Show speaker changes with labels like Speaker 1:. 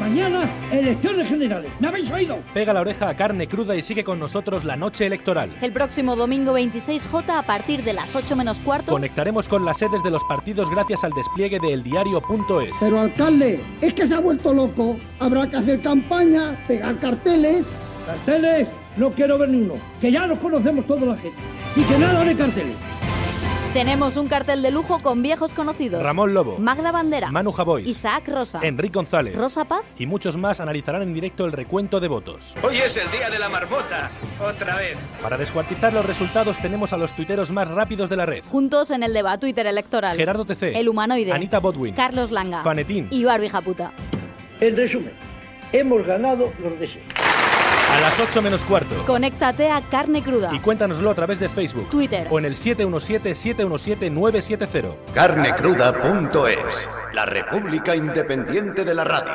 Speaker 1: Mañana, elecciones generales. ¿Me habéis oído?
Speaker 2: Pega la oreja a carne cruda y sigue con nosotros la noche electoral.
Speaker 3: El próximo domingo 26J a partir de las 8 menos cuarto.
Speaker 2: Conectaremos con las sedes de los partidos gracias al despliegue de eldiario.es.
Speaker 1: Pero alcalde, es que se ha vuelto loco. Habrá que hacer campaña, pegar carteles. Carteles, no quiero ver ni uno. Que ya los conocemos toda la gente. Y que nada de carteles.
Speaker 3: Tenemos un cartel de lujo con viejos conocidos.
Speaker 2: Ramón Lobo,
Speaker 3: Magda Bandera,
Speaker 2: Manu Javois,
Speaker 3: Isaac Rosa,
Speaker 2: Enrique González
Speaker 3: Rosa Paz.
Speaker 2: y muchos más analizarán en directo el recuento de votos.
Speaker 4: Hoy es el día de la marmota, otra vez.
Speaker 2: Para descuartizar los resultados tenemos a los tuiteros más rápidos de la red.
Speaker 3: Juntos en el debate Twitter electoral.
Speaker 2: Gerardo TC,
Speaker 3: El humanoide.
Speaker 2: Anita Bodwin,
Speaker 3: Carlos Langa.
Speaker 2: Fanetín.
Speaker 3: Y Barbie Japuta.
Speaker 1: En resumen, hemos ganado los deseos.
Speaker 2: A las 8 menos cuarto.
Speaker 3: Conéctate a Carne Cruda.
Speaker 2: Y cuéntanoslo a través de Facebook,
Speaker 3: Twitter.
Speaker 2: o en el 717-717-970.
Speaker 5: Carnecruda.es, la República Independiente de la Radio.